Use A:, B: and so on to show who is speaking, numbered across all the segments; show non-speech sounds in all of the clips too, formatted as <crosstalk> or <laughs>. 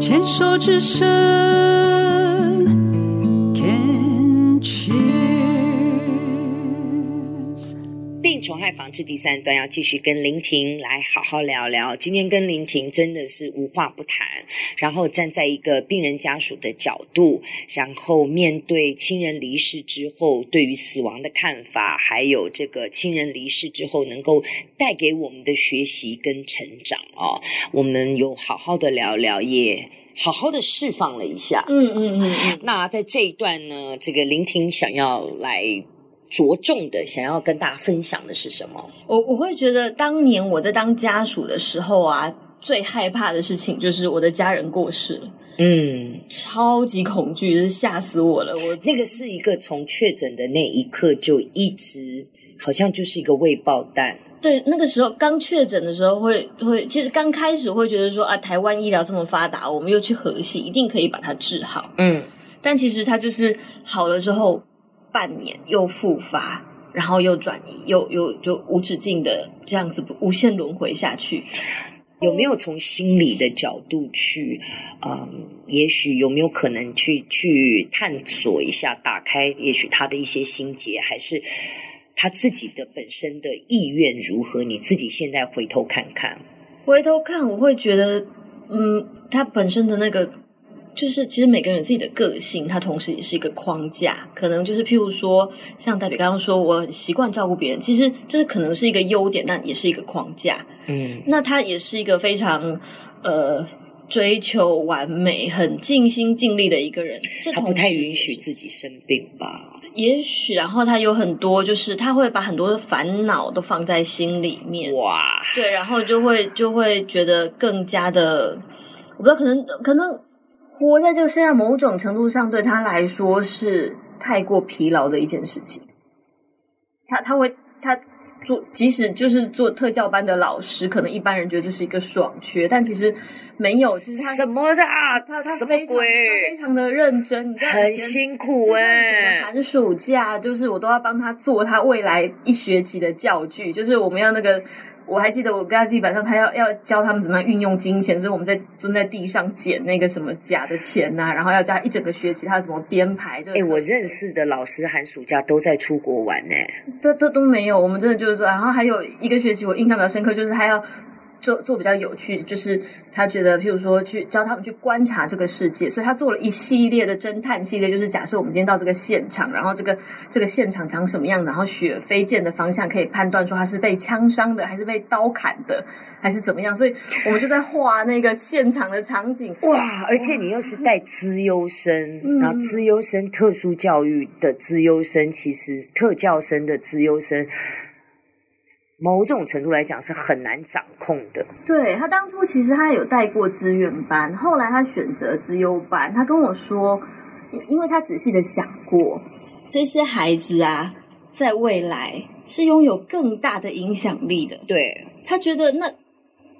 A: 牵手之声，Can cheers。
B: 病虫害防治第三段要继续跟林婷来好好聊聊。今天跟林婷真的是无话不谈，然后站在一个病人家属的角度，然后面对亲人离世之后对于死亡的看法，还有这个亲人离世之后能够带给我们的学习跟成长哦，我们有好好的聊聊，也好好的释放了一下。
C: 嗯嗯嗯嗯，
B: 那在这一段呢，这个林婷想要来着重的想要跟大家分享的是什么？
C: 我我会觉得当年我在当家属的时候啊，最害怕的事情就是我的家人过世了，
B: 嗯，
C: 超级恐惧，就是吓死我了。我
B: 那个是一个从确诊的那一刻就一直好像就是一个未爆弹，
C: 对那个时候刚确诊的时候会会，其实刚开始会觉得说啊，台湾医疗这么发达，我们又去核系，一定可以把它治好。
B: 嗯，
C: 但其实他就是好了之后半年又复发，然后又转移，又又就无止境的这样子不无限轮回下去。
B: 有没有从心理的角度去，嗯，也许有没有可能去去探索一下，打开也许他的一些心结，还是他自己的本身的意愿如何？你自己现在回头看看，
C: 回头看，我会觉得，嗯，他本身的那个，就是其实每个人有自己的个性，它同时也是一个框架。可能就是譬如说，像代比刚刚说，我很习惯照顾别人，其实这可能是一个优点，但也是一个框架。
B: 嗯
C: 那他也是一个非常呃追求完美、很尽心尽力的一个人。这
B: 他不
C: 同
B: 太
C: 时
B: 允许自己生病吧？
C: 也许，然后他有很多，就是他会把很多的烦恼都放在心里面，
B: 哇，
C: 对，然后就会就会觉得更加的，我不知道，可能可能活在这个世界上，某种程度上对他来说是太过疲劳的一件事情。他他会他做，即使就是做特教班的老师，可能一般人觉得这是一个爽缺，但其实没有，其实他
B: 什么的啊？
C: 他他
B: 什么
C: 非常他非
B: 鬼？
C: 常的认真，你知道以
B: 很
C: 前
B: 辛苦哎、
C: 寒暑假就是我都要帮他做他未来一学期的教具，就是我们要那个，我还记得我跟他地板上，他要要教他们怎么样运用金钱，所以我们在蹲在地上捡那个什么假的钱啊呐、然后要教他一整个学期他怎么编排，就
B: 哎、我认识的老师寒暑假都在出国玩欸呢、
C: 都都都没有，我们真的就是说，然后还有一个学期我印象比较深刻，就是他要做做比较有趣，就是他觉得，譬如说去教他们去观察这个世界，所以他做了一系列的侦探系列，就是假设我们今天到这个现场，然后这个这个现场长什么样，然后雪飞溅的方向可以判断出他是被枪伤的，还是被刀砍的，还是怎么样，所以我们就在画那个现场的场景，
B: 哇！而且你又是带资优生，
C: 嗯
B: 然后资优生特殊教育的资优生，其实特教生的资优生，某种程度来讲是很难掌控的。
C: 对他当初其实他有带过资源班，后来他选择资优班。他跟我说，因因为他仔细的想过，这些孩子啊，在未来是拥有更大的影响力的。
B: 对，
C: 他觉得那，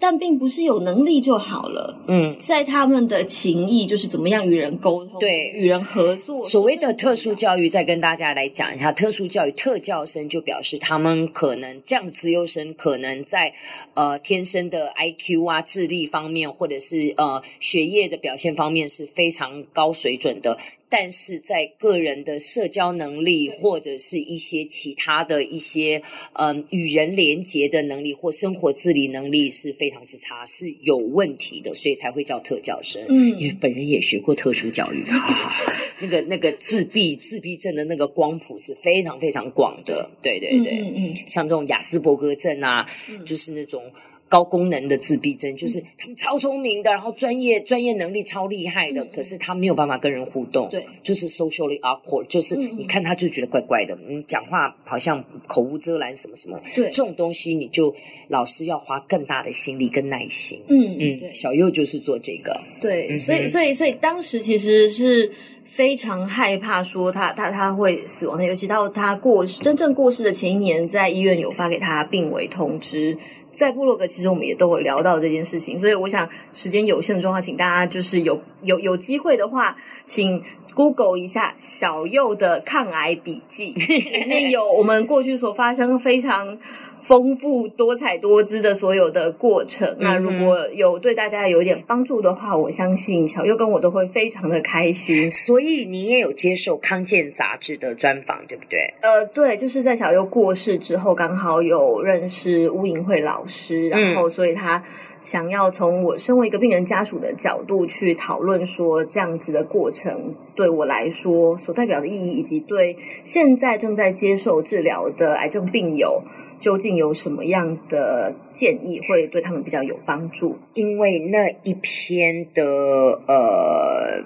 C: 但并不是有能力就好了，
B: 嗯，
C: 在他们的情谊就是怎么样与人沟通，
B: 对
C: 与人合作。
B: 所谓的特殊教育，再跟大家来讲一下，特殊教育特教生就表示他们可能这样的资优生，可能在呃天生的 IQ 啊、智力方面，或者是呃学业的表现方面是非常高水准的，但是在个人的社交能力，或者是一些其他的一些嗯、与人连结的能力或生活自理能力是非常之差，是有问题的，所以才会叫特教生。
C: 嗯
B: 因为本人也学过特殊教育，啊
C: <laughs>
B: 那个那个自闭自闭症的那个光谱是非常非常广的，对对对，
C: 嗯嗯嗯
B: 像这种雅斯伯格症啊，
C: 嗯
B: 就是那种高功能的自闭症，就是他们超聪明的，然后专业专业能力超厉害的，
C: 嗯嗯
B: 可是他没有办法跟人互动，
C: 对，
B: 就是 socially awkward，就是
C: 嗯嗯
B: 你看他就觉得怪怪的，嗯，讲话好像口无遮拦什么什么，
C: 对
B: 这种东西你就老师要花更大的心力跟耐心。
C: 嗯
B: 嗯
C: 对，。
B: 小右就是做这个，
C: 对，
B: 嗯
C: 所以
B: 哼
C: 所以所以当时其实是非常害怕说他他他会死亡的，尤其到他过世真正过世的前一年，在医院有发给他病危通知，在部落格其实我们也都有聊到这件事情，所以我想时间有限的状况，请大家就是有有有机会的话，请 Google 一下小右的抗癌笔记，里面有我们过去所发生非常。丰富多彩多姿的所有的过
B: 嗯
C: 程，那如果呃有对大家有一点帮助的话，我相信小右跟我都会非常的开心。
B: 所以你也有接受康健杂志的专访，对不对？
C: 呃，对，就是在小优过世之后，刚好有认识巫银慧老师，然后所以他想要从我身为一个病人家属的角度去讨论说这样子的过程对我来说所代表的意义，以及对现在正在接受治疗的癌症病友究竟有什么样的建议会对他们比较有帮助。
B: 因为那一篇的呃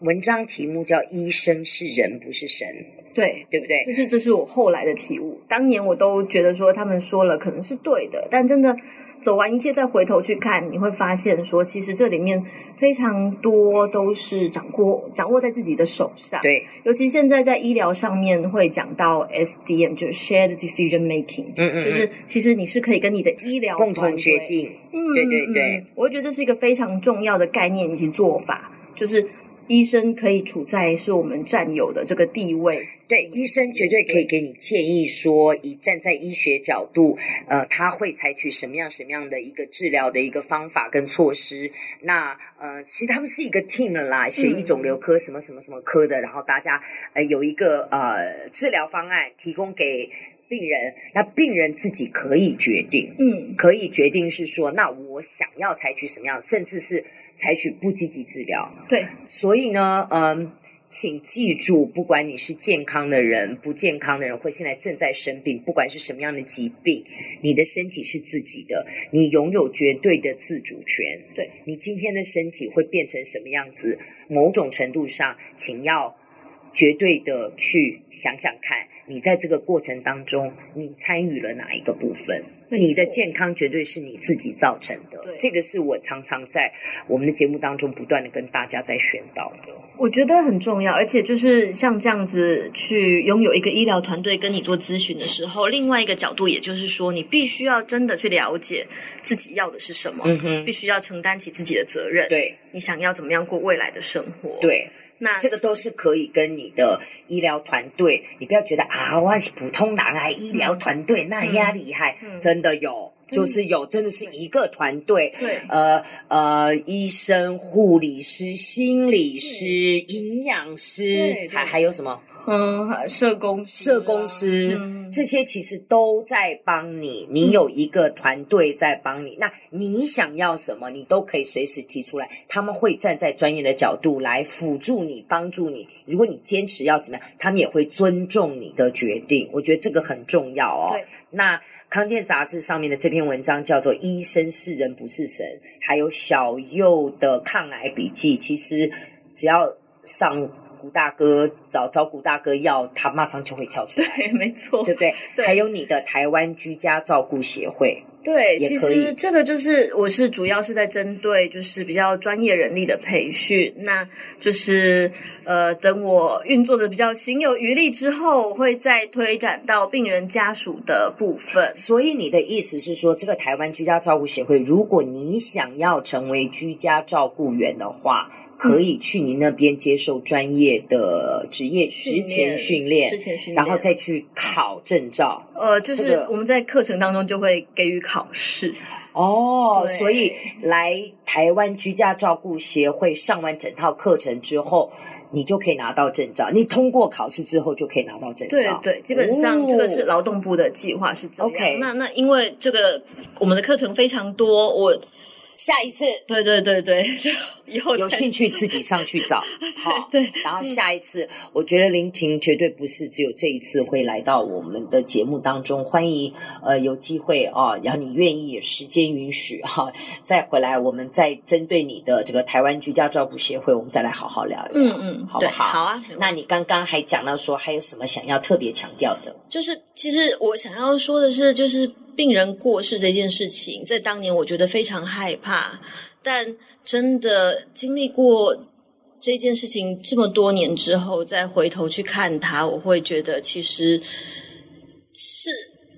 B: 文章题目叫“医生是人不是神
C: 对”，，
B: 对不对？
C: 就是这是我后来的体悟。当年我都觉得说他们说了可能是对的，但真的走完一切再回头去看，你会发现说，其实这里面非常多都是掌握掌握在自己的手上。，
B: 对，
C: 尤其现在在医疗上面会讲到 SDM，就是 Shared Decision Making，、
B: 嗯嗯，嗯
C: 就是其实你是可以跟你的医疗
B: 共同
C: 团
B: 决
C: 队
B: 定，
C: 嗯，
B: 对对对
C: 嗯，我会觉得这是一个非常重要的概念以及做法，就是医生可以处在是我们占有的这个地位，
B: 对，医生绝对可以给你建议说，以站在医学角度，呃，他会采取什么样什么样的一个治疗的一个方法跟措施。那呃，其实他们是一个 team 了啦，血液肿瘤科什么什么什么科的，然后大家呃有一个呃治疗方案提供给病人，那病人自己可以决定。
C: 嗯，
B: 可以决定是说，那我想要采取什么样，甚至是采取不积极治疗。
C: 对，
B: 所以呢，嗯，请记住，不管你是健康的人、不健康的人，或现在正在生病，不管是什么样的疾病，你的身体是自己的，你拥有绝对的自主权。
C: 对，
B: 你今天的身体会变成什么样子，某种程度上，请要。绝对的去想想看，你在这个过程当中，你参与了哪一个部分？
C: 没
B: 你的
C: 错
B: 健康绝对是你自己造成的
C: 对，
B: 这个是我常常在我们的节目当中不断的跟大家在宣导的。
C: 我觉得很重要，而且就是像这样子去拥有一个医疗团队跟你做咨询的时候，另外一个角度，也就是说，你必须要真的去了解自己要的是什么，
B: 嗯哼，
C: 必须要承担起自己的责任，，
B: 对
C: 你想要怎么样过未来的生活，，
B: 对，
C: 那
B: 这个都是可以跟你的医疗团队，你不要觉得啊，我是普通人啊，医疗团队那压厉害，
C: 嗯
B: 真的有，就是有，真的是一个团队。
C: 对。
B: 呃呃，医生、护理师、心理师、营养师
C: 对，
B: 还
C: 对
B: 还有什么？
C: 嗯，社工师啊、
B: 社工师、
C: 嗯
B: 这些其实都在帮你，你有一个团队在帮你，那你想要什么，你都可以随时提出来，他们会站在专业的角度来辅助你、帮助你。如果你坚持要怎么样，他们也会尊重你的决定。我觉得这个很重要哦。
C: 对
B: 那康健杂志上面的这篇文章叫做《医生是人不是神》，还有小右的抗癌笔记，其实只要上。古大哥找找古大哥要，他马上就会跳出来，
C: 对，没错，
B: 对哦 <laughs> 不对？
C: 对
B: 还有你的台湾居家照顾协会，
C: 对，
B: 也
C: 其
B: 可以
C: 实这个就是我是主要是在针对就是比较专业人力的培训，那就是呃，等我运作的比较行有余力之后，我会再推展到病人家属的部分。
B: 所以你的意思是说，这个台湾居家照顾协会，如果你想要成为居家照顾员的话，可以去你那边接受专业的职业职前训练
C: 之，前训练，
B: 然后再去考证照。
C: 呃，就
B: 这
C: 是
B: 个
C: 我们在课程当中就会给予考试，
B: 哦，
C: 对
B: 所以来台湾居家照顾协会上完整套课程之后，你就可以拿到证照。你通过考试之后就可以拿到证
C: 对
B: 照。
C: 对，基本上这个是
B: 哦
C: 劳动部的计划是这样。
B: OK
C: 那那因为这个我们的课程非常多，我
B: 下一次
C: 对对对对， <laughs> 以后
B: 有
C: 再
B: 兴趣自己上去找，好。
C: <laughs> 对。
B: 然后下一次，我觉得林婷绝对不是只有这一次会来到我们的节目当中，欢迎呃有机会啊，然后你愿意时间允许哈、再回来，我们再针对你的这个台湾居家照顾协会，我们再来好好聊一聊。
C: 嗯嗯，
B: 好不
C: 对，
B: 好
C: 啊。
B: 那你刚刚还讲到说还有什么想要特别强调的？
C: 就是，其实我想要说的是，就是病人过世这件事情，在当年我觉得非常害怕，但真的经历过这件事情这么多年之后，再回头去看它，我会觉得其实是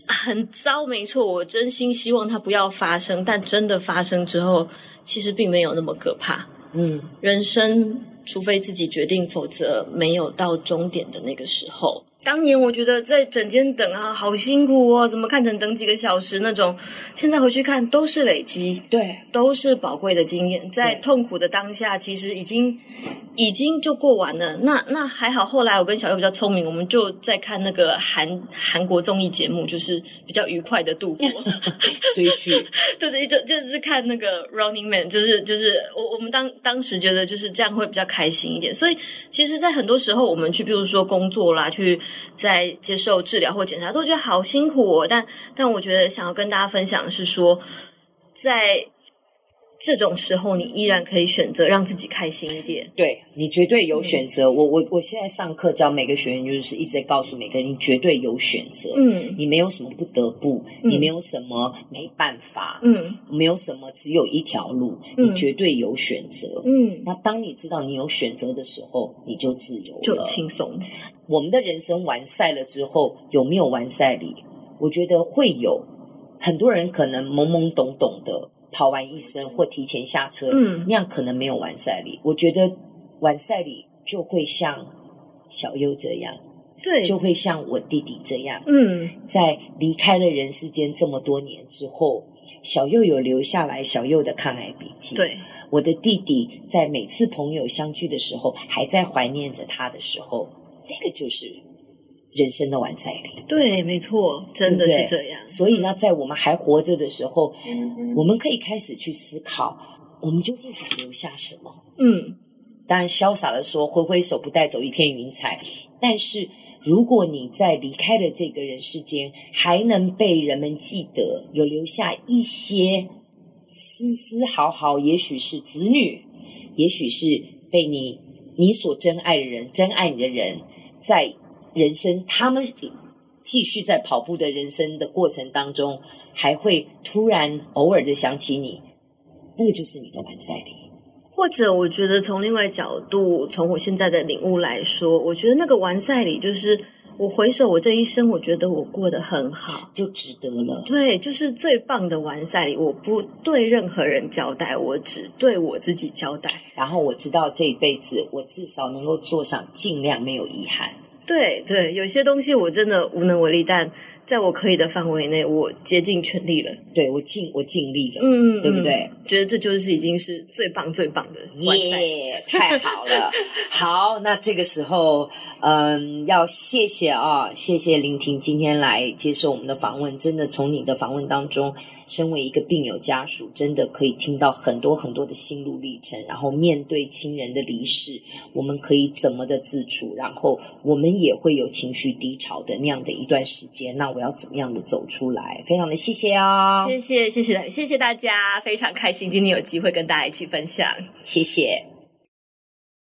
C: 很糟，没错，我真心希望它不要发生，但真的发生之后，其实并没有那么可怕。
B: 嗯，
C: 人生除非自己决定，否则没有到终点的那个时候。当年我觉得在整间等啊，好辛苦哦，怎么看诊等几个小时那种，现在回去看都是累积，
B: 对，
C: 都是宝贵的经验，在
B: 对
C: 痛苦的当下，其实已经已经就过完了。那那还好，后来我跟小优比较聪明，我们就在看那个韩韩国综艺节目，就是比较愉快的度过。
B: 追
C: <laughs>
B: 剧，
C: 对对，就就是看那个 Running Man，就是就是我我们当当时觉得就是这样会比较开心一点。所以其实，在很多时候，我们去，比如说工作啦，去在接受治疗或检查，都觉得好辛苦哦。但但我觉得想要跟大家分享的是说，在这种时候，你依然可以选择让自己开心一点。
B: 对你绝对
C: 嗯
B: 有选择。我我我现在上课教每个学员，就是一直在告诉每个人，你绝对有选择。
C: 嗯
B: 你没有什么不得不，
C: 嗯
B: 你没有什么没办法，
C: 嗯
B: 没有什么只有一条路，
C: 嗯
B: 你绝对有选择。
C: 嗯，
B: 那当你知道你有选择的时候，你就自由了。
C: 就轻松。
B: 我们的人生完赛了之后，有没有完赛礼？我觉得会有很多人可能懵懵懂懂的跑完一生或提前下车，
C: 嗯
B: 那样可能没有完赛礼。我觉得完赛礼就会像小优这样，
C: 对，
B: 就会像我弟弟这样，
C: 嗯
B: 在离开了人世间这么多年之后，小右有留下来小右的抗癌笔记。，
C: 对，
B: 我的弟弟在每次朋友相聚的时候，还在怀念着他的时候，那个就是人生的完赛礼。
C: 对，没错，真的
B: 对
C: 是
B: 不对
C: 这样。
B: 所以呢，在我们还活着的时候，我们可以开始去思考，我们究竟想留下什么。
C: 嗯
B: 当然，潇洒的说，挥挥手，不带走一片云彩。但是，如果你在离开了这个人世间，还能被人们记得，有留下一些丝丝毫毫，也许是子女，也许是被你你所珍爱的人、珍爱你的人，在人生他们继续在跑步的人生的过程当中，还会突然偶尔的想起你，那个就是你的完赛礼。
C: 或者我觉得从另外角度，从我现在的领悟来说，我觉得那个完赛里就是我回首我这一生，我觉得我过得很好。
B: 就值得了。
C: 对，就是最棒的完赛里，我不对任何人交代，我只对我自己交代。
B: 然后我知道这一辈子我至少能够做上尽量没有遗憾。
C: 对对，有些东西我真的无能为力，但在我可以的范围内，我竭尽全力了。
B: 对我尽我尽力了，
C: 嗯，
B: 对不对？
C: 嗯？觉得这就是已经是最棒最棒的完赛礼。
B: 耶、太好
C: <laughs>
B: 了！好，那这个时候，嗯，要谢谢啊，谢谢林婷今天来接受我们的访问。真的从你的访问当中，身为一个病友家属，真的可以听到很多很多的心路历程。然后面对亲人的离世，我们可以怎么的自处？然后我们也会有情绪低潮的那样的一段时间。那我要怎么样的走出来？非常的谢谢哦，
C: 谢谢谢谢大谢谢大家，非常开心今天有机会跟大家一起分享。
B: 谢谢。